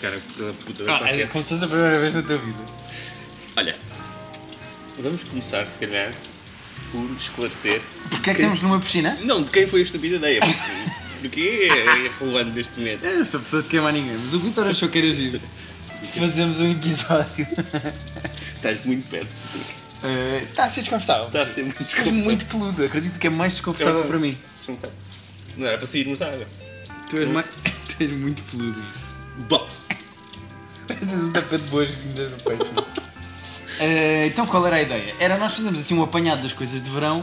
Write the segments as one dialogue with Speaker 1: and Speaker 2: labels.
Speaker 1: cara, pela puta.
Speaker 2: Ah, é
Speaker 1: qualquer.
Speaker 2: como se fosse a primeira vez na tua vida.
Speaker 1: Olha, vamos começar, se calhar, por esclarecer.
Speaker 3: Porquê é que estamos numa piscina?
Speaker 1: Não, de quem foi a estúpida ideia? porque Do que é relevante neste momento?
Speaker 2: Eu sou pessoa de queimar ninguém, mas o Vitor achou que era giro. Fazemos um episódio.
Speaker 1: Estás muito perto.
Speaker 2: Eh, Está a ser desconfortável.
Speaker 1: Está a ser muito
Speaker 2: Estás
Speaker 1: desconfortável.
Speaker 2: muito peludo, acredito que é mais desconfortável para mim.
Speaker 1: Não era para sairmos da água.
Speaker 2: Tu és mais. tu és muito peludo.
Speaker 1: Bom,
Speaker 2: Tens um tapete de boas-vindas no peito.
Speaker 3: Eh, então qual era a ideia? Era nós fazermos assim um apanhado das coisas de verão,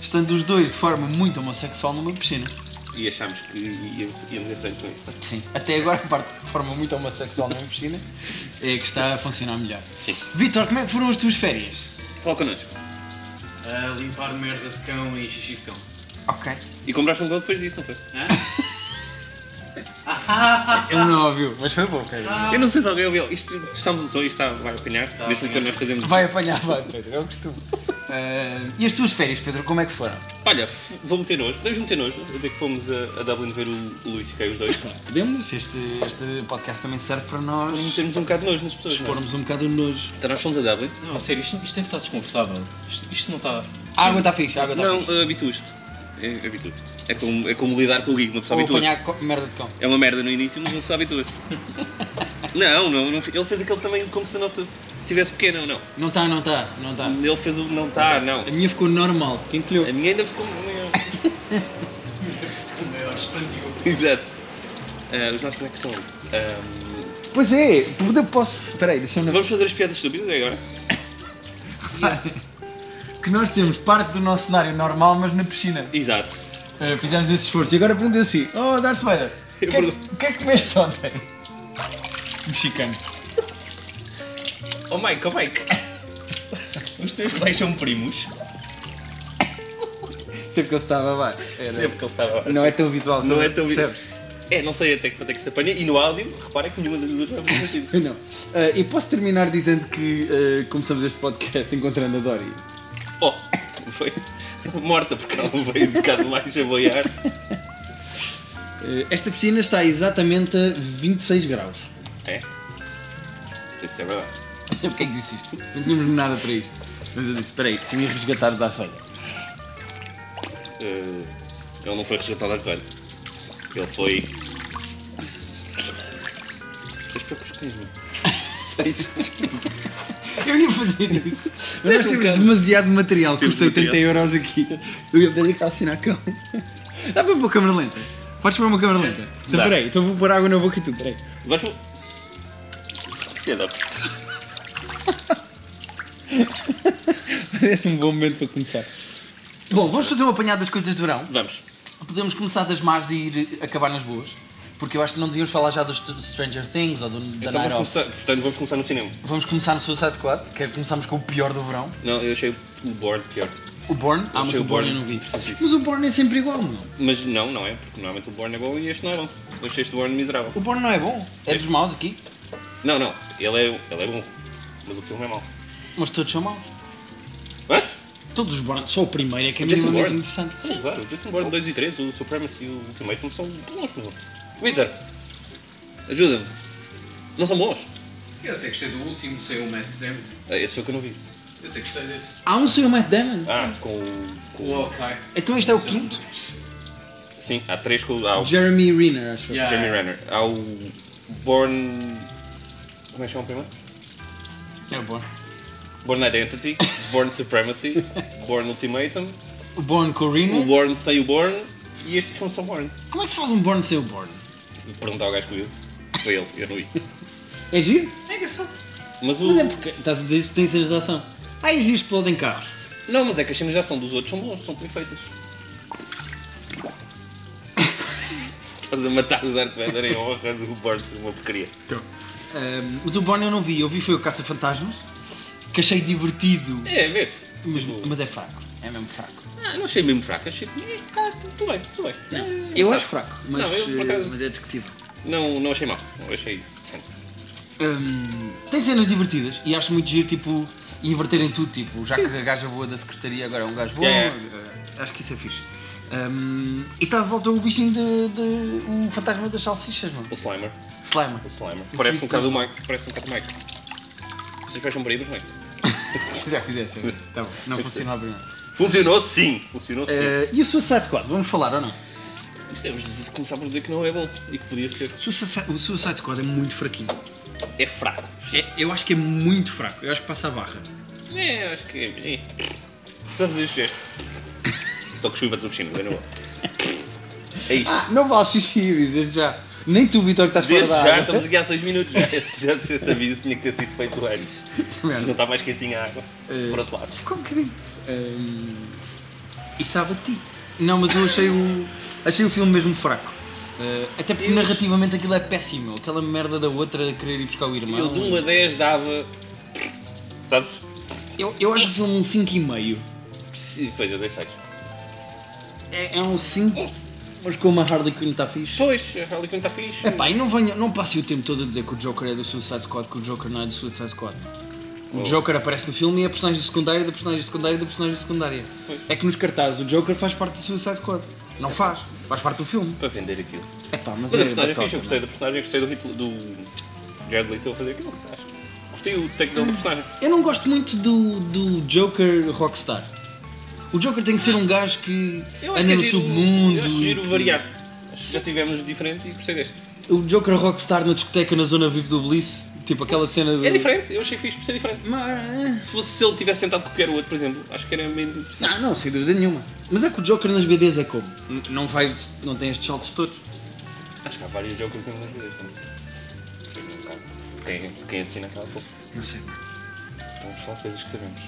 Speaker 3: estando os dois de forma muito homossexual numa piscina.
Speaker 1: e achámos que íamos íamos em frente com isso.
Speaker 3: Sim. Até agora a parte de forma muito homossexual numa piscina é que está a funcionar melhor.
Speaker 1: Sim.
Speaker 3: Vitor, como é que foram as tuas férias?
Speaker 1: Fala connosco.
Speaker 4: A limpar merda de cão e xixi de cão.
Speaker 3: Ok.
Speaker 1: E compraste um gol depois disso, não foi?
Speaker 4: Hã?
Speaker 2: Ele não ouviu, mas foi bom, cara.
Speaker 1: Eu não sei se alguém ouviu. Isto, estamos o som, isto está, vai apanhar. mesmo quando nós fazemos.
Speaker 3: Vai apanhar, vai. é
Speaker 2: Pedro, eu costumo.
Speaker 3: Eh, e as tuas férias, Pedro, como é que foram?
Speaker 1: Olha, f- vou meter nojo. Podemos meter nojo. Até que fomos a, a Dublin ver o, o Luís e Caio os dois. Podemos.
Speaker 3: Este, este podcast também serve para nós
Speaker 1: Metermos um bocado de nojo nas pessoas. não é?
Speaker 3: expormos um bocado o nojo.
Speaker 1: Então nós fomos a Dublin.
Speaker 4: Não, a sério, isto, isto deve estar desconfortável. Isto, isto não está.
Speaker 3: A água está fixe, a água está
Speaker 1: Não, eh,
Speaker 3: fixe.
Speaker 1: habituste. É, habituste. É como, é como lidar com o gig, uma pessoa
Speaker 3: Ou
Speaker 1: habitua-se.
Speaker 3: apanhar co- merda de cão.
Speaker 1: É uma merda no início, mas uma pessoa habitua-se. não, não, não, fi- ele fez aquele também como se a nossa tivesse pequena ou não.
Speaker 3: Não está, não está, não está.
Speaker 1: Ele fez o não tá, não.
Speaker 3: A minha ficou normal, encolheu.
Speaker 1: A minha ainda ficou.
Speaker 4: Expandiu.
Speaker 1: Exato. Ah, os nossos bonecos estão. Ah,
Speaker 3: Pois é, eu posso. Espera aí, deixa-me
Speaker 1: vamos fazer as piadas estúpidas agora?
Speaker 3: Que nós temos parte do nosso cenário normal, mas na piscina.
Speaker 1: Exato.
Speaker 3: Eh, fizemos esse esforço. E agora pergunto assim: Oh, Darth Vader, o que,
Speaker 1: Eu
Speaker 3: é-
Speaker 1: pergunto-
Speaker 3: o que é que comeste ontem? Mexicano.
Speaker 1: Oh Mike, oh Mike. Os teus pais são primos?
Speaker 3: Sempre que ele estava lá. Era...
Speaker 1: Sempre que ele estava lá.
Speaker 3: Não é tão visual.
Speaker 1: Não
Speaker 3: como-
Speaker 1: é tão vi-
Speaker 3: percebes?
Speaker 1: É, não sei até que quanto é que isto apanha. E no áudio, repara que nenhuma das duas vai fazer sentido.
Speaker 3: Não. Eh, e posso terminar dizendo que eh, começamos este podcast encontrando a Dory.
Speaker 1: Oh, foi morta porque ela veio de cá de mais a boiar.
Speaker 3: Eh, esta piscina está exatamente a 26 graus.
Speaker 1: É. Isso é verdade.
Speaker 3: Porquê que disse isto? Não tínhamos nada para isto. Mas eu disse, espera aí, tinha resgatado da folha.
Speaker 1: Ah, ele não foi resgatado às velhas. Ele foi. Estás para cuscões, meu.
Speaker 3: Eu ia fazer isso. Mas nós
Speaker 1: um
Speaker 3: temos
Speaker 1: bocado.
Speaker 3: demasiado material,
Speaker 1: Temos
Speaker 3: custa 80 euros aqui. Eu ia fazer calcinar cão. Dá para pôr câmera lenta? Podes pôr uma câmera lenta? Então
Speaker 1: Dá.
Speaker 3: peraí, então vou pôr água na boca e tudo, peraí.
Speaker 1: Vais para. Stand up.
Speaker 3: Parece um bom momento para começar. Bom, vamos fazer um apanhado das coisas de verão.
Speaker 1: Vamos.
Speaker 3: Podemos começar das más e ir acabar nas boas. Porque eu acho que não devíamos falar já dos Stranger Things ou do, da
Speaker 1: Então
Speaker 3: Night
Speaker 1: vamos
Speaker 3: Off.
Speaker 1: começar, portanto, vamos começar no cinema.
Speaker 3: Vamos começar no Suicide Squad, que é começamos com o pior do verão.
Speaker 1: Não, eu achei o board pior.
Speaker 3: O Born? Ah, mas
Speaker 1: achei
Speaker 3: o
Speaker 1: o
Speaker 3: Born
Speaker 1: Bourne
Speaker 3: eu não vi.
Speaker 1: interessantíssimo.
Speaker 3: Mas o Born é sempre igual, meu.
Speaker 1: Mas não, não é, porque normalmente o Born é bom e este não é bom. Eu achei este Born miserável.
Speaker 3: O Born não é bom. É dos maus aqui.
Speaker 1: Não, não, ele é, ele é bom, mas o filme é mau.
Speaker 3: Mas todos são maus.
Speaker 1: What?
Speaker 3: Todos os Born. Só o primeiro é que é
Speaker 1: O Jason
Speaker 3: minimamente
Speaker 1: Bourne?
Speaker 3: interessante.
Speaker 1: Sim,
Speaker 3: Sim.
Speaker 1: claro, o Jason Bourne 2 e 3, o Supremacy e o Ultimatum são bons, meu. Victor, ajuda-me. Não são bons?
Speaker 4: Eu até gostei do último, um sem o Matt Damon.
Speaker 1: Ah, Esse foi o que eu não vi.
Speaker 4: Eu até gostei deste.
Speaker 3: Há um sem o Matt Damon.
Speaker 1: Ah, com o.
Speaker 4: O Hawkeye.
Speaker 3: Então este é o quinto.
Speaker 1: Sim, há três com o. Há o
Speaker 3: Jeremy Renner, acho. eu.
Speaker 4: Yeah.
Speaker 1: Jeremy Renner. Há o. Born. Como é que chama o primeiro?
Speaker 3: É o Born.
Speaker 1: Born Identity, Born Supremacy, Born Ultimatum,
Speaker 3: O Born com o
Speaker 1: o
Speaker 3: Renner.
Speaker 1: Born sem o Born e estes não são Born.
Speaker 3: Como é que se faz um Born sem o Born?
Speaker 1: Vou perguntar ao gajo que viu. Foi ele, eu não vi.
Speaker 3: É giro?
Speaker 1: Mas o.
Speaker 3: Mas é porque estás a dizer isso porque tem cenas de ação. Ah, é giro, explodem carros.
Speaker 1: Não, mas é que as cenas de ação dos outros são boas, são perfeitas. Estás a matar os Darth Vader em honra do Born de uma porcaria.
Speaker 3: Então. Ahm, mas o Born eu não vi. Eu vi foi o Caça-Fantasmas. Que achei divertido.
Speaker 1: É, vê-se.
Speaker 3: Mas,
Speaker 1: Tipo,
Speaker 3: mas é fraco. É mesmo fraco.
Speaker 1: ah, não achei mesmo fraco, achei. eh, Ah, tudo bem, tudo bem. Ah, não
Speaker 3: Eu
Speaker 1: sabe.
Speaker 3: acho fraco. Mas,
Speaker 1: Não, eu por
Speaker 3: eh,
Speaker 1: acaso.
Speaker 3: mas é discutível.
Speaker 1: Não, não achei mal, não achei decente.
Speaker 3: Hum, tem cenas divertidas e acho muito giro, tipo, inverterem tudo, tipo, já que a gaja boa da secretaria agora é um gajo bom,
Speaker 1: Yeah,
Speaker 3: eh, acho que isso é fixe. Ahm, e está de volta o bichinho de, de- o fantasma das salsichas, mano.
Speaker 1: O Slimer.
Speaker 3: Slimer.
Speaker 1: O Slimer.
Speaker 3: Isso
Speaker 1: Parece um
Speaker 3: é
Speaker 1: bocado o Mike. Parece um bocado o Mike. Vocês fecham para aí, mas Mike.
Speaker 3: Já fizeste, tá bom. Não funcionou bem.
Speaker 1: Funcionou sim! Funcionou sim.
Speaker 3: Eh, e o Suicide Squad, vamos falar ou não?
Speaker 1: Temos de começar por dizer que não é bom e que podia ser.
Speaker 3: Suicide- O Suicide Squad é muito fraquinho.
Speaker 1: É fraco.
Speaker 3: É- eu acho que é muito fraco, eu acho que passa a barra.
Speaker 1: É, acho que é. é. Estamos a este gesto. Só que chuva do piscina, não é? É isto.
Speaker 3: Ah, não vale xixi, desde já. Nem tu, Vitor, que estás
Speaker 1: Desde
Speaker 3: fora da
Speaker 1: já,
Speaker 3: água.
Speaker 1: estamos aqui há 6 minutos. Já, esse, já esse aviso tinha que ter sido feito antes.
Speaker 3: Merda.
Speaker 1: Não está mais quentinha a água.
Speaker 3: Eh,
Speaker 1: Por outro lado.
Speaker 3: Ficou um bocadinho. Ahm, e sabe a ti. Não, mas eu achei o, achei o filme mesmo fraco. Ah, até porque narrativamente aquilo é péssimo. Aquela merda da outra a querer ir buscar o irmão.
Speaker 1: Eu de 1 a 10 dava. Sabes?
Speaker 3: Eu, eu acho o filme um 5,5.
Speaker 1: Sim, Pois, eu dei 6.
Speaker 3: É, é um 5,
Speaker 1: Oh.
Speaker 3: mas com uma Harley Quinn está fixe.
Speaker 1: Pois, a Harley Quinn está fixe.
Speaker 3: Epá, e não, venho, não passe o tempo todo a dizer que o Joker é do Suicide Squad, que o Joker não é do Suicide Squad.
Speaker 1: Oh.
Speaker 3: O Joker aparece no filme e é personagem secundário, da personagem secundária, da personagem secundária. É que nos cartazes o Joker faz parte do Suicide Squad. Não faz, faz parte do filme.
Speaker 1: Para vender aquilo.
Speaker 3: Epá,
Speaker 1: Mas a personagem é fixe, eu gostei da personagem, gostei do ritmo do Jared Leto a fazer aquilo. Acho. Gostei do técnico da personagem.
Speaker 3: Eu não gosto muito do, do Joker Rockstar. O Joker tem que ser um gajo que
Speaker 1: Eu acho
Speaker 3: anda
Speaker 1: que é
Speaker 3: no
Speaker 1: giro-
Speaker 3: submundo.
Speaker 1: Eu acho
Speaker 3: e
Speaker 1: giro
Speaker 3: que-
Speaker 1: variar. Acho que já tivemos diferente e gostei deste.
Speaker 3: O Joker Rockstar na discoteca na zona VIP do Bliss, tipo aquela cena do.
Speaker 1: É diferente, eu achei fixe por ser diferente.
Speaker 3: Mas-
Speaker 1: Se, fosse, se ele tivesse sentado com qualquer outro, por exemplo, acho que era menos interessante.
Speaker 3: Ah, Não, não, sem dúvida nenhuma. Mas é que o Joker nas BDs é como? N- Não vai, não tem estes saltos todos.
Speaker 1: Acho que há vários jogos que temos nas vidas Quem, quem assina aquela pouco.
Speaker 3: Não sei.
Speaker 1: Vamos falar de coisas que sabemos.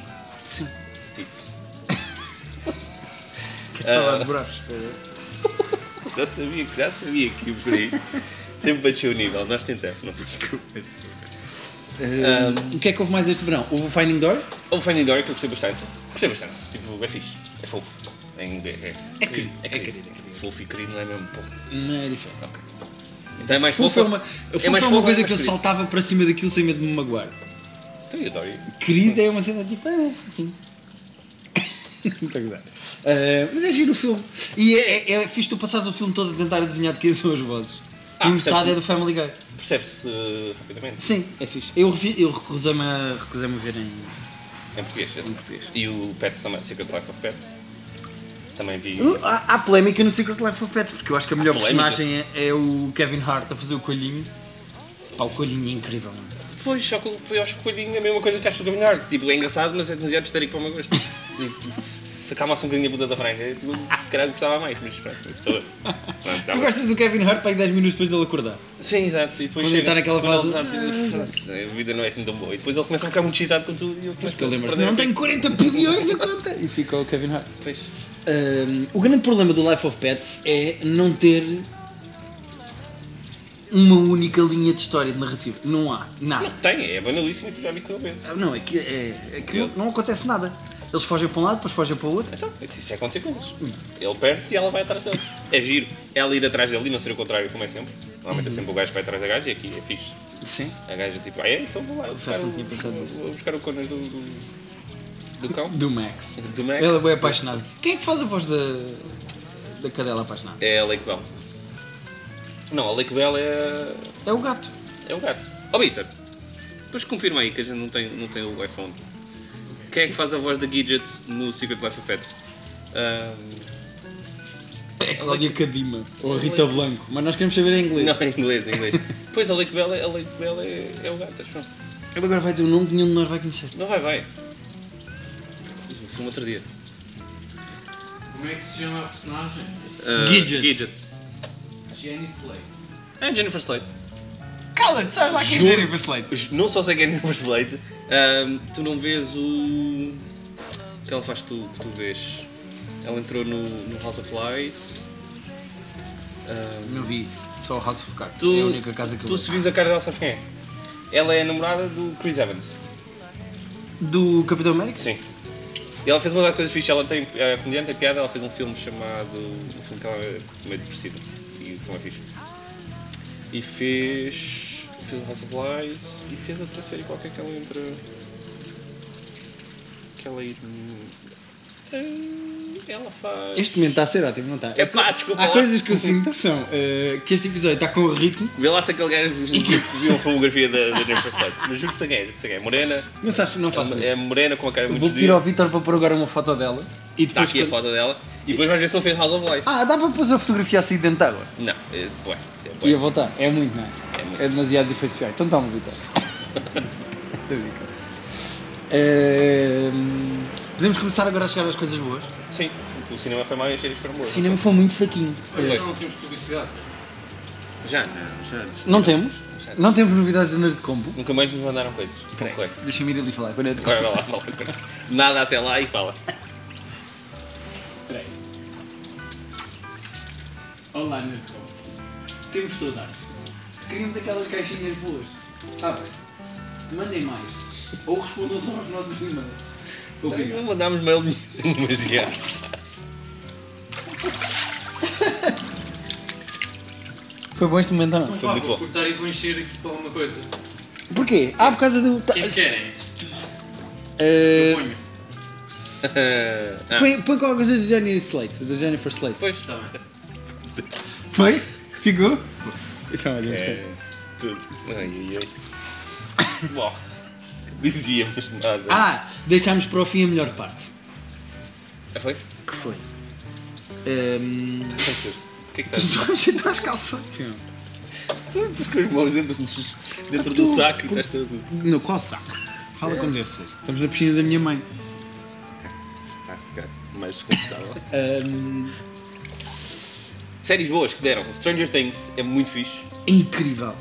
Speaker 3: Sim.
Speaker 1: Tipo,
Speaker 3: Estava de braços.
Speaker 1: já sabia, que- já sabia que ia por aí. Sempre baixei o nível, nós tentamos, não desculpa.
Speaker 3: O que é que houve mais este verão? Houve o Finding Dory?
Speaker 1: O Finding Dory que eu gostei bastante. Gostei bastante. Tipo, é fixe. É fofo. É, é, é, é
Speaker 3: querido,
Speaker 1: É querido. Fofo e querido não é mesmo pouco.
Speaker 3: Não é diferente.
Speaker 1: Então é mais
Speaker 3: Fofo
Speaker 1: fofo.
Speaker 3: é uma, fofo é
Speaker 1: mais
Speaker 3: uma
Speaker 1: fofo,
Speaker 3: coisa
Speaker 1: é mais
Speaker 3: que eu
Speaker 1: querido.
Speaker 3: saltava para cima daquilo sem medo de me magoar.
Speaker 1: Então eu adoro.
Speaker 3: Querido é uma cena tipo. Ah, enfim. Muito agradável. Ah, mas é giro o filme. E é, é, é fixe tu passares o filme todo a tentar adivinhar de quem são as vozes.
Speaker 1: Ah,
Speaker 3: e metade
Speaker 1: percebe-se.
Speaker 3: é do Family Guy.
Speaker 1: Percebe-se eh, rapidamente.
Speaker 3: Sim, é fixe. Eu, refi- eu recusei-me a, recusei a ver em,
Speaker 1: Em português. Em português. E o Pets também. Secret Life of Pets. Também vi.
Speaker 3: Uh, Há, há polémica no Secret Life of Pets, porque eu acho que a melhor
Speaker 1: polémica?
Speaker 3: personagem é, é o Kevin Hart a fazer o coelhinho. Pá, o coelhinho é incrível, mano.
Speaker 1: Pois, só que eu acho que o coelhinho é a mesma coisa que acho do Gaminhar. Tipo, é engraçado, mas é demasiado histérico para o meu gosto. E, tipo, se acalmasse um bocadinho a Buda da Branca, tipo, se calhar gostava mais. Mas pronto, sou eu. Pronto, tá
Speaker 3: Tu
Speaker 1: bom.
Speaker 3: gostas do Kevin Hart para aí 10 minutos depois dele acordar?
Speaker 1: Sim, exato. E depois
Speaker 3: Quando
Speaker 1: chega,
Speaker 3: ele tá naquela
Speaker 1: quando
Speaker 3: fase-
Speaker 1: ele tá, tipo, a vida não é assim tão boa. E depois ele começa a ficar muito excitado com tudo e eu começo
Speaker 3: Porque ele lembra-se,
Speaker 1: perder.
Speaker 3: não tenho 40 bilhões na conta! E fica o Kevin Hart.
Speaker 1: Pois.
Speaker 3: Hum, o grande problema do Life of Pets é não ter uma única linha de história, de narrativa. Não há, nada.
Speaker 1: Não tem, é banalíssimo e tu já viste mil vezes.
Speaker 3: Ah, Não, é que, é, é que não, não acontece nada. Eles fogem para um lado, depois fogem para o outro.
Speaker 1: Então, isso é acontecer com eles. Ele perde-se e ela vai atrás dele. É giro. Ela ir atrás dele e não ser o contrário, como é sempre. Normalmente é sempre o gajo que vai atrás da gaja e aqui é fixe.
Speaker 3: Sim.
Speaker 1: A gaja tipo, ah é, então vou lá eu buscar,
Speaker 3: Confesso,
Speaker 1: o,
Speaker 3: não tinha pensado nisso.
Speaker 1: vou buscar o conas do, do, do cão,
Speaker 3: Do Max.
Speaker 1: do Max.
Speaker 3: Ela é bem apaixonada. Quem é que faz a voz da, da cadela apaixonada?
Speaker 1: É a Lake Bell. Não, a Lake Bell é,
Speaker 3: É o gato.
Speaker 1: é o gato. Ó Vitor, depois confirma aí que a gente não tem, não tem o iPhone. Quem é que faz a voz da Gidget no Secret Life of Pets? Ahm,
Speaker 3: Ela é a Cadima. Ou a Rita Blanco. Mas nós queremos saber em inglês.
Speaker 1: é não, em inglês, em inglês. pois a Lake Bell, é, a Lake Bell é, é o gato, acho. eu.
Speaker 3: Ele agora vai dizer um nome que nenhum de nós vai conhecer.
Speaker 1: Não vai, vai. Filme outro dia.
Speaker 4: Como é que se chama a personagem?
Speaker 1: Ah,
Speaker 3: Gidget.
Speaker 1: Gidget.
Speaker 4: Jenny Slate.
Speaker 1: É Jennifer Slate.
Speaker 3: Cala-te, sabes lá quem é Jennifer Slate.
Speaker 1: Mas não só sei que é Universe Late, ahm, Ah, tu não vês o. O que ela faz tu, que tu vês? Ela entrou no, no House of Lies. Ahm,
Speaker 3: Não vi isso. Só o House of Cards.
Speaker 1: tu,
Speaker 3: é a única casa que eu
Speaker 1: tu se vis a cara dela, sabes quem é? Ela é a namorada do Chris Evans.
Speaker 3: Do Capitão América?
Speaker 1: Sim. E ela fez uma das coisas fixas, ela tem, é comediante, é piada, ela fez um filme chamado. Um filme que ela é meio depressiva. E o filme é fixe. E fez. fez o House of Lies e fez outra série qualquer que ela entra. que ela ir. hum, ela faz.
Speaker 3: Este momento está a ser ótimo, não está?
Speaker 1: É pá, desculpa
Speaker 3: Há
Speaker 1: lá.
Speaker 3: coisas que eu sinto que são eh, que este episódio está com ritmo.
Speaker 1: Vê lá se aquele gajo que viu a fotografia da, da Jennifer Slade. Mas juro que sei quem é, juro que sei quem é. Morena.
Speaker 3: Mas sabes, não faço isso.
Speaker 1: É morena com a cara muito
Speaker 2: Vou pedir ao
Speaker 1: fodida.
Speaker 2: Vitor para pôr agora uma foto dela.
Speaker 3: E
Speaker 1: Está
Speaker 3: depois.
Speaker 1: aqui a
Speaker 3: quando-
Speaker 1: foto dela. E depois vais ver se não fez House of Lies.
Speaker 2: Ah, dá para pôr a fotografia acidental.
Speaker 1: Não, é, ué, isso é,
Speaker 2: Ia
Speaker 1: bué.
Speaker 2: voltar. É muito, não é?
Speaker 1: É muito.
Speaker 2: É demasiado difícil chegar. Então toma, Vitor. É...
Speaker 3: Ehm, Podemos começar agora a chegar às coisas boas.
Speaker 1: Sim, o cinema foi mais cheio de espermor.
Speaker 3: O cinema foi muito fraquinho.
Speaker 4: Mas já não temos publicidade.
Speaker 1: Já, não.
Speaker 4: Já disse.
Speaker 3: Não temos.
Speaker 2: Não temos novidades de Nerd Combo.
Speaker 1: Nunca mais nos mandaram coisas. Ok.
Speaker 2: Deixa-me ir ali falar.
Speaker 1: Agora vai lá, fala. agora. Nada até lá e fala.
Speaker 3: Olá, Nercom. Temos saudades. Queríamos aquelas caixinhas boas. Está bem. Mandem mais. Ou respondam só aos nossos e-mails. Obrigado.
Speaker 1: Não mandámos mail nenhum, mas já.
Speaker 2: Foi bom este momento ou não?
Speaker 4: Mas pá,
Speaker 1: muito
Speaker 4: vou
Speaker 1: bom.
Speaker 4: cortar e vou encher aqui para alguma coisa.
Speaker 2: Porquê? Ah, por causa do.
Speaker 4: O que é que querem?
Speaker 2: Eh,
Speaker 4: Eu ponho.
Speaker 1: Ah,
Speaker 2: põe, põe qualquer coisa de Jenny Slate, da Jennifer Slate.
Speaker 1: Pois.
Speaker 4: Está Tá bem.
Speaker 2: Foi? Ficou? Isso é uma
Speaker 1: É,
Speaker 2: é.
Speaker 1: tudo. Ai, ai, ai. Bom, dizíamos nada.
Speaker 3: Ah, deixámos para o fim a melhor parte.
Speaker 1: Ah, Foi?
Speaker 3: Que foi? Ehm,
Speaker 1: Aconteceu. O que é que
Speaker 3: Tu
Speaker 1: estás?
Speaker 3: estás a ajeitar os calções.
Speaker 1: Tu com as mãos dentro, dos- dentro do
Speaker 3: Tu-
Speaker 1: saco e estás todo.
Speaker 3: No qual saco? Fala como deve ser. Estamos na piscina da minha mãe.
Speaker 1: Ah, ok. Mais desconfortável.
Speaker 3: Ehm,
Speaker 1: Séries boas que deram. Stranger Things é muito fixe.
Speaker 3: incrível.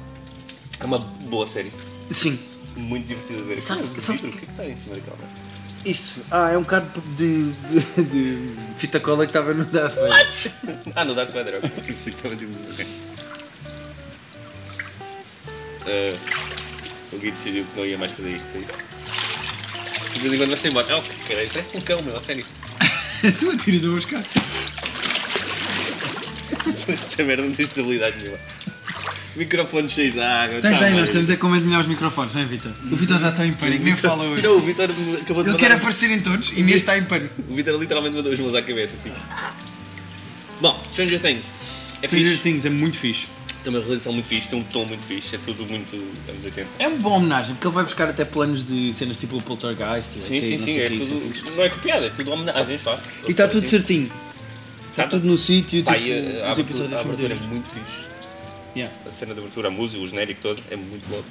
Speaker 1: É uma boa série.
Speaker 3: Sim.
Speaker 1: Muito divertida de ver.
Speaker 3: Sabe-
Speaker 1: Aquilo-
Speaker 3: sabe-
Speaker 1: Vitor, O que é que está em cima daquela?
Speaker 2: Isto. Ah, é um bocado de, de, de fita cola que estava no Darth Vader.
Speaker 1: Ah, no Darth Vader, ok. Sim, estava tipo. Ok. Ah, Eh, o Gui decidiu que não ia mais fazer isto, é isso? De vez em quando vai-se embora. Ah, ok, caralho, parece um cão, meu, a sério.
Speaker 3: tu atiras a buscar.
Speaker 1: Esta merda não tem estabilidade nenhuma. Microfones cheios de água.
Speaker 3: Tem,
Speaker 1: tá
Speaker 3: tem,
Speaker 1: bem.
Speaker 3: nós temos é que melhor os microfones, não é, Vitor? O Vitor está tão em pânico, nem fala hoje.
Speaker 1: Não, o Vitor me- acabou de
Speaker 3: Ele
Speaker 1: mandar. um
Speaker 3: quer aparecer em todos e neste está em pânico.
Speaker 1: O Vitor literalmente mandou as mãos à cabeça. Tipo. Bom, Stranger Things. É
Speaker 3: Stranger
Speaker 1: fixe.
Speaker 3: Things é muito fixe.
Speaker 1: Tem uma realização muito fixe, tem um tom muito fixe, é tudo muito anos 80.
Speaker 3: É uma boa homenagem, porque ele vai buscar até planos de cenas tipo o Poltergeist.
Speaker 1: Sim, sim, sim, é tudo. Não é copiada, é tudo homenagem, pá.
Speaker 3: E está tudo certinho. Está tudo no sítio, tipo,
Speaker 1: Tá Pá, e uh, a, a
Speaker 3: os
Speaker 1: abertura, a
Speaker 3: episódios são
Speaker 1: abertura é
Speaker 3: muito
Speaker 1: muito fixe.
Speaker 3: Yeah.
Speaker 1: A cena de abertura, a música, o genérico todo, é muito louco.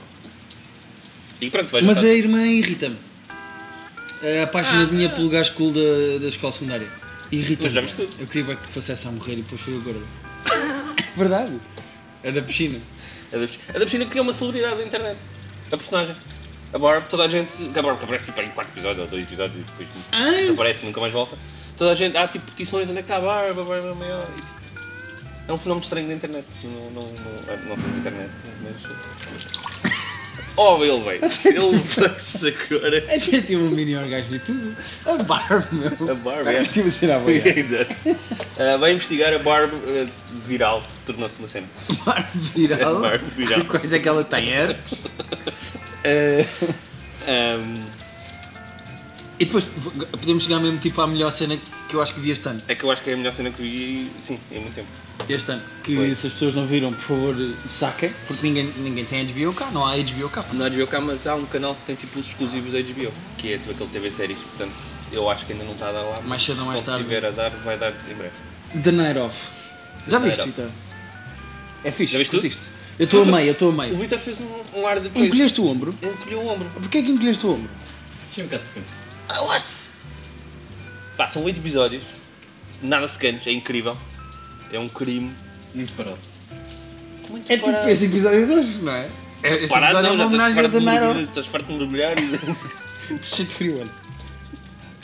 Speaker 1: E pronto, tá. vais
Speaker 3: Mas a irmã irrita-me. A apaixonadinha pelo gajo cool da, da escola secundária.
Speaker 1: Ah, Mas já viste
Speaker 3: Irrita-me.
Speaker 1: tudo.
Speaker 3: Eu queria bem que fosse essa a morrer e depois foi agora.
Speaker 2: Verdade.
Speaker 3: A da piscina.
Speaker 1: A da Pis- a da piscina que é uma celebridade da internet. A personagem. A Barb, toda a gente. que A Barb que aparece tipo, em 4 episódios ou 2 episódios e depois tipo, desaparece e nunca mais volta. Toda a gente. Há tipo petições onde é que está a Barb, a Barb é maior. E, tipo, é um fenómeno estranho da internet. Não, não, não, não tem internet, mas. Oh, ele veio. Ele veio-se agora.
Speaker 3: É
Speaker 2: Até tive um mini orgasmo e tudo. A Barb, meu.
Speaker 1: A Barb, é.
Speaker 2: Agora estive a ser à boia.
Speaker 1: Exato. Ah, vai investigar a Barb ah, viral, tornou-se uma cena.
Speaker 2: Barb viral.
Speaker 1: A Barb viral.
Speaker 2: Que coisa
Speaker 3: é
Speaker 2: que ela tem, herpes.
Speaker 1: Ahm,
Speaker 3: E depois v- podemos chegar mesmo tipo à melhor cena que eu acho que vi este ano.
Speaker 1: é que eu acho que é a melhor cena que vi, sim, em muito tempo.
Speaker 3: Este ano. Que
Speaker 1: Foi.
Speaker 3: se as pessoas não viram, por favor, saquem. Porque ninguém, ninguém tem HBO cá, não há HBO cá.
Speaker 1: Não há HBO cá, mas há um canal que tem tipo os exclusivos da HBO, que é tipo aquele TV séries, portanto eu acho que ainda não está a dar lá. mas
Speaker 3: Mais cedo ou mais
Speaker 1: se
Speaker 3: tarde.
Speaker 1: estiver a dar, vai dar em breve.
Speaker 3: The Night Off. Já
Speaker 1: Night
Speaker 3: viste,
Speaker 1: Off.
Speaker 3: Vitor?
Speaker 2: É fixe.
Speaker 1: Já viste tudo?
Speaker 2: curtiste?
Speaker 3: Eu estou a meio, eu estou a
Speaker 1: O
Speaker 3: meio.
Speaker 1: Vitor fez um, um ar de coisa.
Speaker 3: Encolheste o ombro?
Speaker 1: Ele encolheu o ombro.
Speaker 3: Porquê é que encolheste o ombro?
Speaker 4: Deixa-me cá de segundo.
Speaker 1: Ah, what? Pá, são 8 episódios, nada secante, é incrível. É um crime.
Speaker 4: Muito parado.
Speaker 1: Muito
Speaker 2: É tipo
Speaker 1: parado.
Speaker 2: esse episódio 2, não é?
Speaker 3: Este
Speaker 1: Parado,
Speaker 3: episódio é
Speaker 1: não, já
Speaker 3: uma
Speaker 1: estás
Speaker 3: homenagem a
Speaker 1: farto
Speaker 3: The
Speaker 1: de
Speaker 3: Night
Speaker 1: mergulhar-
Speaker 3: Off.
Speaker 1: estás farto de mergulhar e.
Speaker 2: Cheio de frio, olha.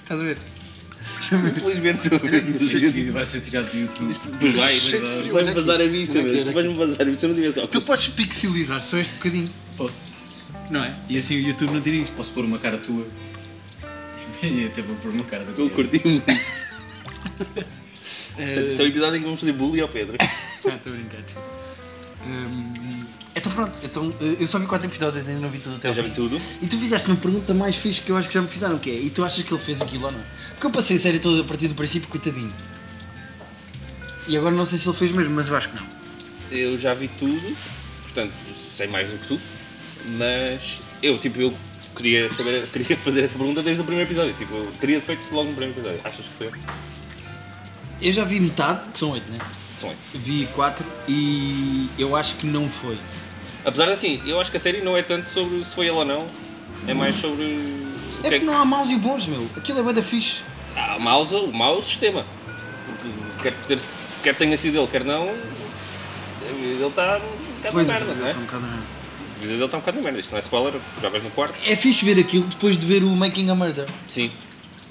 Speaker 3: Estás a ver?
Speaker 1: Infelizmente, tu
Speaker 4: Este vídeo vai ser tirado do YouTube.
Speaker 1: Pois vai,
Speaker 4: Cheio de
Speaker 1: vai-
Speaker 4: frio,
Speaker 1: vai-me vazar a vista, meu. Tu vais-me vazar a vista. Se eu não tivesse
Speaker 3: Tu
Speaker 1: óculos,
Speaker 3: podes pixelizar só este bocadinho,
Speaker 4: Posso?
Speaker 3: não é? E assim o YouTube não tira isto.
Speaker 4: Posso pôr uma cara tua? E até vou pôr uma cara da
Speaker 1: tu
Speaker 4: Guilherme.
Speaker 1: curti muito. um Este é o episódio em que vamos fazer bullying ao Pedro.
Speaker 3: Ah, estou a brincar, desculpa. Hum, Então pronto, então eh, eu só vi 4 episódios e ainda não vi tudo até
Speaker 1: Eu
Speaker 3: ao
Speaker 1: já vi
Speaker 3: fim.
Speaker 1: tudo.
Speaker 3: E tu fizeste uma pergunta mais fixe que eu acho que já me fizeram, que é E tu achas que ele fez aquilo ou não? Porque eu passei a série toda a partir do princípio, coitadinho. E agora não sei se ele fez mesmo, mas eu acho que não.
Speaker 1: Eu já vi tudo, portanto, sei mais do que tu, mas eu, tipo, eu queria, saber, queria fazer essa pergunta desde o primeiro episódio. Tipo, eu teria feito logo no primeiro episódio. Achas que foi?
Speaker 3: Eu já vi metade, que são 8, né?
Speaker 1: São oito.
Speaker 3: Vi 4 e eu acho que não foi.
Speaker 1: Apesar de assim, eu acho que a série não é tanto sobre se foi ele ou não, é mais sobre. o
Speaker 3: É
Speaker 1: que
Speaker 3: porque não há maus e bons, meu. Aquilo é bué da fixe.
Speaker 1: Há maus, o mau sistema. Porque quer, ter, quer tenha sido ele, quer não, ele está um bocado na merda, não é?
Speaker 3: é. um bocado merda.
Speaker 1: A vida dele está um bocado na merda. Isto não é spoiler, jogas no quarto.
Speaker 3: É fixe ver aquilo depois de ver o Making a Murder.
Speaker 1: Sim.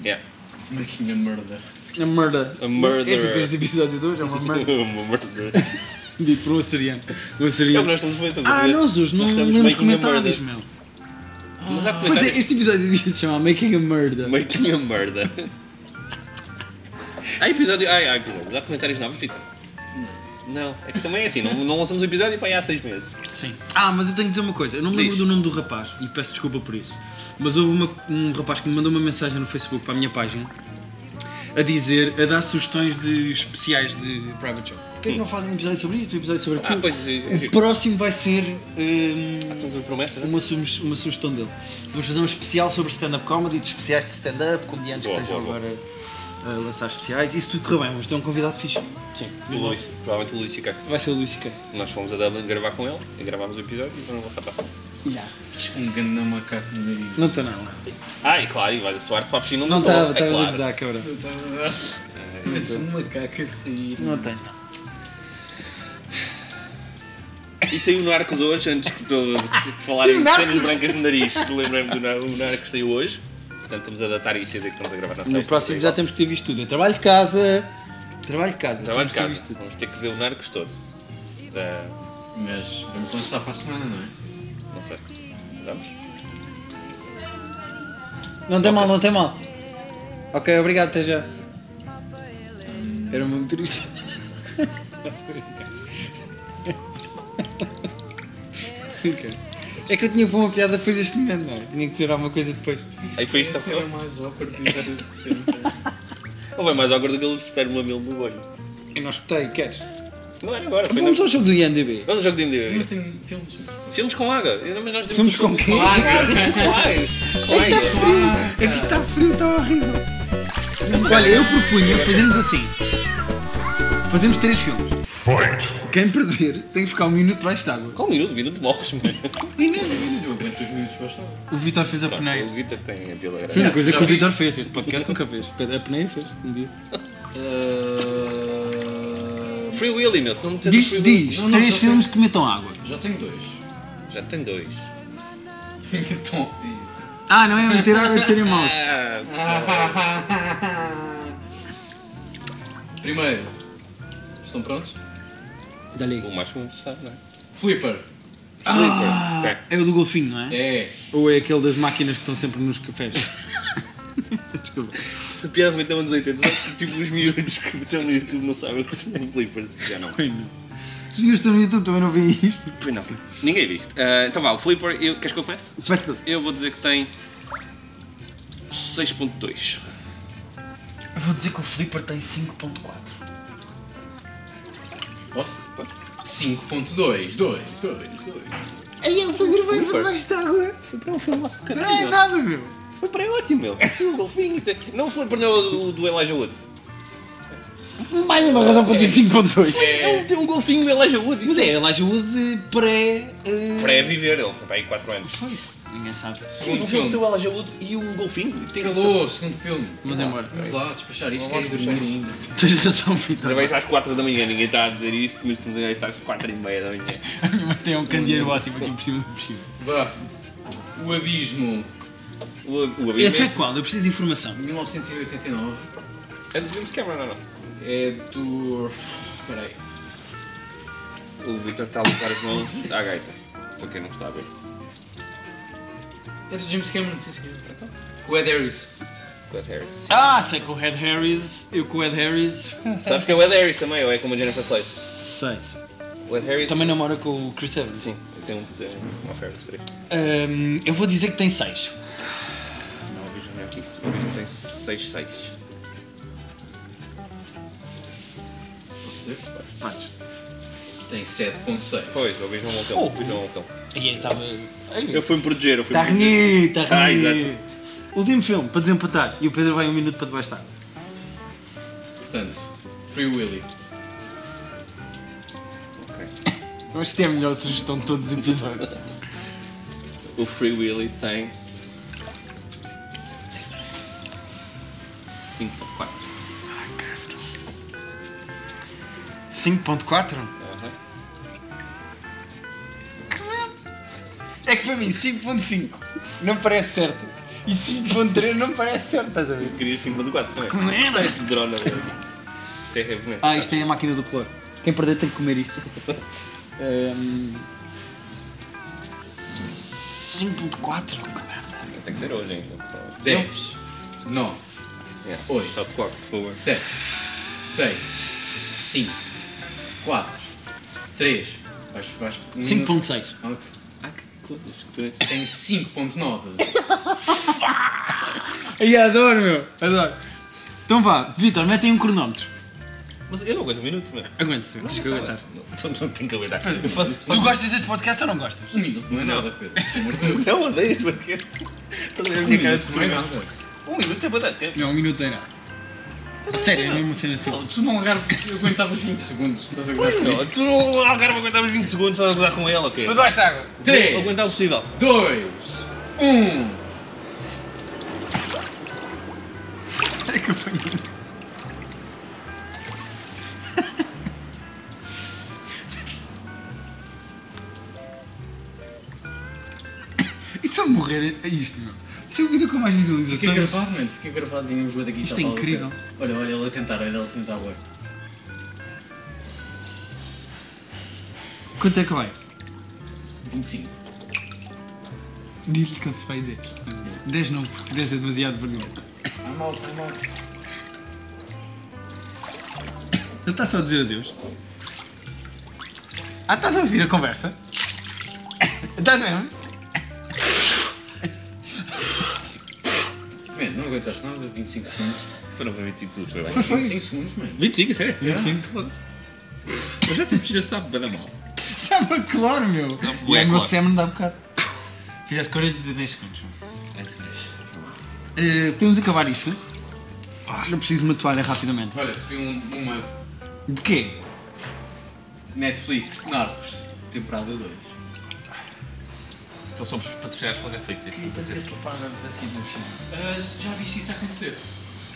Speaker 1: Yeah.
Speaker 4: Making a murder.
Speaker 3: A Murder.
Speaker 1: A murder.
Speaker 3: É tipo este episódio 2, é uma merda.
Speaker 1: Uma merda.
Speaker 3: Dito por um açoriano. Um
Speaker 1: É o que
Speaker 3: açoriano.
Speaker 1: nós estamos a fazer, estamos a
Speaker 3: Ah,
Speaker 1: dizer.
Speaker 3: não, Zuz, não
Speaker 1: Nós estamos
Speaker 3: lemos
Speaker 1: making a
Speaker 3: comentários,
Speaker 1: murder.
Speaker 3: meu.
Speaker 1: Mas há
Speaker 3: Pois é,
Speaker 1: comentários.
Speaker 3: este episódio devia se chamar Making a Murder.
Speaker 1: Making a merda. Há episódio. Ai, há episódios. Há comentários novos, Vitor? Não. É que também é assim, não, não lançamos episódio e pá, há seis meses.
Speaker 3: Sim. Ah, mas eu tenho que dizer uma coisa. Eu não me lembro
Speaker 1: Diz.
Speaker 3: do nome do rapaz e peço desculpa por isso. Mas houve uma- um rapaz que me mandou uma mensagem no Facebook para a minha página a dizer, a dar sugestões de especiais de Private Show. Porquê que não fazem um episódio sobre isto, um episódio sobre aquilo?
Speaker 1: Hum. pois, é, é
Speaker 3: o
Speaker 1: giro.
Speaker 3: próximo vai ser hum,
Speaker 1: Estamos a promessa, não é?
Speaker 3: uma, suge- uma sugestão dele. Vamos fazer um especial sobre stand-up comedy, de especiais de stand-up, comediantes
Speaker 1: Boa,
Speaker 3: que estejam
Speaker 1: boa,
Speaker 3: agora a lançar especiais. Isso tudo correu bem, vamos ter um convidado fixe.
Speaker 1: Sim. O Luís. Provavelmente o Luís fica aqui.
Speaker 3: Vai ser o Luís Siqueira.
Speaker 1: Nós fomos a Dublin gravar com ele, e gravámos o episódio e vamos voltar para a sala.
Speaker 4: Um grande macaco no nariz.
Speaker 3: Não está não.
Speaker 1: Ah, e claro, e vai a suar-te para a piscina onde
Speaker 3: Não
Speaker 1: estou,
Speaker 3: estava,
Speaker 1: é
Speaker 3: estava a
Speaker 1: claro.
Speaker 3: gozar, cabrão.
Speaker 4: Mas um macaco assim.
Speaker 3: Não tem.
Speaker 1: E saiu o Narcos hoje, antes que todo, se- por falarem de cenas brancas no nariz. Lembrei-me do Nar- o Narcos saiu hoje. Portanto, estamos a datar isto e dizer que estamos a gravar na sexta.
Speaker 3: No próximo já temos que ter visto tudo. Eu trabalho de casa. Trabalho de casa.
Speaker 1: Trabalho de
Speaker 3: temos
Speaker 1: casa.
Speaker 3: que ter visto tudo.
Speaker 1: Então, Vamos ter que ver o Narcos todo. Da...
Speaker 4: Mas vamos lançar para a semana, não é?
Speaker 1: não sei. Vamos?
Speaker 3: Não tem mal, não tem mal. Ok, obrigado, até já. Era muito triste. Ok. É que eu tinha que pôr uma piada depois deste momento, não é? Tinha que dizer alguma coisa depois.
Speaker 1: Aí foi isto. tá
Speaker 4: Essa era mais ópera de sempre.
Speaker 1: Ou vai mais agora do que ele espetar uma mil no olho.
Speaker 3: E nós botei, queres?
Speaker 1: Não era agora, foi
Speaker 3: Vamos
Speaker 1: na...
Speaker 3: ao jogo do IMDB.
Speaker 1: Vamos ao jogo de
Speaker 4: Eu não
Speaker 1: MDB.
Speaker 4: tenho filmes. Ah,
Speaker 1: Filmes com água. Eu não- mas nós temos
Speaker 3: Filmes
Speaker 1: tudo
Speaker 3: com quem?
Speaker 1: Com água. Com água. Com
Speaker 3: Está
Speaker 1: água.
Speaker 3: frio! É que isto está frio, está horrível. Olha, eu propunha fazermos assim. Fazemos três filmes. Quem perder tem que ficar um minuto debaixo de água.
Speaker 1: Qual minuto? Minuto morres, mano.
Speaker 3: Um
Speaker 4: Eu aguento os minutos bastante.
Speaker 3: O Vitor fez a
Speaker 1: Pronto,
Speaker 3: peneia.
Speaker 1: o Guita tem a dele
Speaker 3: Foi
Speaker 1: agora.
Speaker 3: uma coisa
Speaker 4: Já
Speaker 3: que o
Speaker 4: vi
Speaker 3: Vitor
Speaker 4: isso.
Speaker 3: fez, este podcast nunca fez. A peneia fez, um dia.
Speaker 4: Ah,
Speaker 1: Free Willy, meu. Se não me metes
Speaker 3: Diz,
Speaker 1: Free Willy-
Speaker 3: diz,
Speaker 4: Não, não,
Speaker 3: três
Speaker 4: não,
Speaker 3: filmes que metam água.
Speaker 4: Já tenho dois.
Speaker 1: Já tem dois.
Speaker 4: Então.
Speaker 3: Ah, não é meter água de serem maus.
Speaker 1: Ah,
Speaker 4: Primeiro. Estão prontos?
Speaker 3: Dá-lhe
Speaker 1: o mais comum sabe, não é?
Speaker 4: Flipper.
Speaker 3: Ah,
Speaker 1: Flipper.
Speaker 3: é o do golfinho, não é?
Speaker 4: É.
Speaker 3: Ou é aquele das máquinas que estão sempre nos cafés? Desculpa.
Speaker 1: A piada foi tão anos 80, só que, tipo os miúdos que estão no YouTube não sabem o que é um são flippers. Já não.
Speaker 3: Ai, não. Os meus estão no YouTube também não veem isto.
Speaker 1: Pois não. Ninguém viste. Ah, então vá, o flipper, eu, queres que eu comece?
Speaker 3: Começa tu.
Speaker 1: Eu vou dizer que tem 6.2.
Speaker 3: Vou dizer que o Flipper tem 5.4.
Speaker 4: Posso? 5.2. 2. 2. 2.
Speaker 3: Aí eu fui gravar para debaixo de água.
Speaker 1: Flipper é um filme nosso
Speaker 3: Não é
Speaker 1: caralho.
Speaker 3: nada, meu.
Speaker 1: Flipper é ótimo, meu. O golfinho. tem- Não o flipper, não é o do- do Elijah Wood.
Speaker 3: Mais uma razão para ter 5.2.
Speaker 1: É um, tem um golfinho do Elijah Wood. Isso
Speaker 3: Mas é, Elijah Wood pré... eh,
Speaker 1: Para é viver, ele vai aí 4 anos.
Speaker 3: Foi. Ninguém sabe.
Speaker 1: Mas um
Speaker 4: Segundo
Speaker 1: filme
Speaker 4: filme.
Speaker 1: do Elijah Wood e um golfinho. Tem
Speaker 4: Calou, segundo filme.
Speaker 3: Vamos embora.
Speaker 4: Vamos lá, despachar isto, quero ir dormir ainda.
Speaker 3: Tens razão,
Speaker 1: Outra
Speaker 3: Vitor.
Speaker 1: vez às 4 da manhã, ninguém está a dizer isto, mas tu está às 4 e meia da manhã.
Speaker 3: A minha mãe tem um candeeiro ótimo aqui por cima do piscina.
Speaker 4: Vá. O Abismo,
Speaker 1: O, o abismo
Speaker 3: Esse é qual? Eu preciso de informação.
Speaker 4: 1989.
Speaker 1: é do James Cameron, não, não?
Speaker 4: É do. Espera aí.
Speaker 1: O Victor está a levar as mãos à gaita, para quem não está a ver.
Speaker 4: É do James Cameron, sim senhor. Então. Com o Ed Harris.
Speaker 1: Com o Ed Harris.
Speaker 3: Ah, sei que o Ed Harris... Eu com o Ed Harris... hum,
Speaker 1: Sabes que é o Ed Harris também, ou é como a Jennifer Slade?
Speaker 3: Sei.
Speaker 1: O Ed Harris...
Speaker 3: Também namora com o Chris Evans.
Speaker 1: Sim, Tem, um, tem uma oferta de 3.
Speaker 3: Ahm, eu vou dizer que tem 6.
Speaker 1: Não, o Vision é aqui. O Vision tem 6 sites.
Speaker 4: Posso dizer?
Speaker 2: Podes.
Speaker 4: Tem 7.6.
Speaker 1: Pois, o é Vision não tem.
Speaker 3: Oh.
Speaker 1: O Vision não tem.
Speaker 3: E ele tá estava.
Speaker 1: Eu fui-me proteger, eu fui-me
Speaker 3: Está
Speaker 1: proteger.
Speaker 3: renhido, está
Speaker 1: Ah,
Speaker 3: renhido. Último filme, para desempatar. E o Pedro vai um minuto para debaixo
Speaker 4: Portanto, Free Willy.
Speaker 1: Ok.
Speaker 3: Eu acho que é a melhor sugestão de todos os episódios.
Speaker 1: O Free Willy tem. 5 4.
Speaker 3: 5.4?
Speaker 1: Aham.
Speaker 3: Uhum. É que para mim 5.5 não parece certo. E 5.3 não parece certo, estás a ver?
Speaker 1: Querias 5 de 4 também.
Speaker 3: Como é, não é?
Speaker 1: Este drone ali. Isto é revenante.
Speaker 3: Ah, isto é a máquina do cloro. Quem perder tem que comer isto. Ehm, Ahm, 5.4? Que merda.
Speaker 1: Tem que ser hoje ainda, pessoal.
Speaker 4: 10, 9,
Speaker 1: Yeah.
Speaker 4: Hoje.
Speaker 1: Top clock, por favor.
Speaker 4: 7, 6, 5, 4, 3. Vais, vais.
Speaker 3: 5.6.
Speaker 4: Ok.
Speaker 1: Ah, que coisas que tu
Speaker 4: um Tem 5.9.
Speaker 3: Ai, adoro, meu. Adoro. Então vá, Vitor, metem um cronómetro.
Speaker 1: Mas eu não aguento um minuto, mano.
Speaker 3: Aguenta-se, tens que aguentar.
Speaker 1: Não, não tenho que aguentar. Eu faço...
Speaker 3: Tu gostas deste podcast ou não gostas?
Speaker 4: Um minuto não é nada, Pedro. Pelo amor de Deus.
Speaker 1: Eu odeio, porque... Estás a ver a
Speaker 4: Um
Speaker 1: minha cara de
Speaker 4: minuto não é
Speaker 1: desespero?
Speaker 4: nada.
Speaker 1: Um minuto é para dar tempo.
Speaker 3: Não, um minuto é nada. A sério, é mesmo sendo assim.
Speaker 4: Tu não agarro porque eu aguentava os 20 segundos. Estás a aguentar?
Speaker 1: Não, tu não agora vou aguentar uns 20 segundos a gozar com ela, ok?
Speaker 3: debaixo de água.
Speaker 1: Vou
Speaker 4: 3,
Speaker 1: aguentar o possível.
Speaker 4: 2, 1.
Speaker 3: Espera que eu ponho. E se eu morrer é isto, meu? Isso é o vídeo com mais
Speaker 4: Fica
Speaker 3: visualizações.
Speaker 4: gravado, mano. Fica gravado em um jogo daqui.
Speaker 3: Isto
Speaker 4: tá
Speaker 3: é
Speaker 4: lá o
Speaker 3: incrível.
Speaker 4: Pedro. Olha, olha, ela a tentar, olha, ela a tentar, olha.
Speaker 3: Quanto é que vai?
Speaker 4: 25.
Speaker 3: Diz-lhe quanto vai 10. 10 não, porque 10 é demasiado para mim.
Speaker 4: Está Ah, mal, está mal.
Speaker 3: Ele está só a dizer adeus. Ah, estás a ouvir a conversa? Estás mesmo?
Speaker 4: Mano, não aguentaste nada, 25 segundos.
Speaker 1: Foram para 20 segundos, foi bem.
Speaker 3: Mas foi.
Speaker 4: 25 segundos, mano.
Speaker 1: 25, sério?
Speaker 4: Yeah.
Speaker 1: 25, foda-se. Mas já tipo, já sabe bem mal.
Speaker 3: Sabe a cloro, é meu.
Speaker 1: Sabe
Speaker 3: e
Speaker 1: bué
Speaker 3: é meu
Speaker 1: cloro.
Speaker 3: semen dá um bocado. Fizeste 43 segundos. É Uh, podemos acabar isto? Eu preciso de uma toalha rapidamente.
Speaker 4: Olha, recebi um, uma
Speaker 3: De quê?
Speaker 4: Netflix Narcos, temporada 2.
Speaker 1: Então somos patrocinados pela Netflix, isto está a dizer.
Speaker 4: Ah, já viste isso acontecer?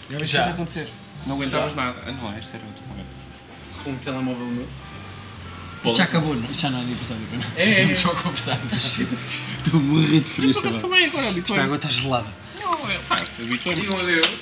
Speaker 3: Já
Speaker 1: Já acontecer. Não aguentavas nada. Ah, não, esta era outra conversa.
Speaker 4: Com um telemóvel meu?
Speaker 3: Isto já acabou, não? Isto já não é de episódio para nós.
Speaker 4: É, é,
Speaker 3: Estamos
Speaker 4: é.
Speaker 3: só a conversar. Estou a morrer de frio, chaval.
Speaker 1: bem agora,
Speaker 3: Esta água está gelada.
Speaker 1: Eu vi todo.
Speaker 4: Digam adeus.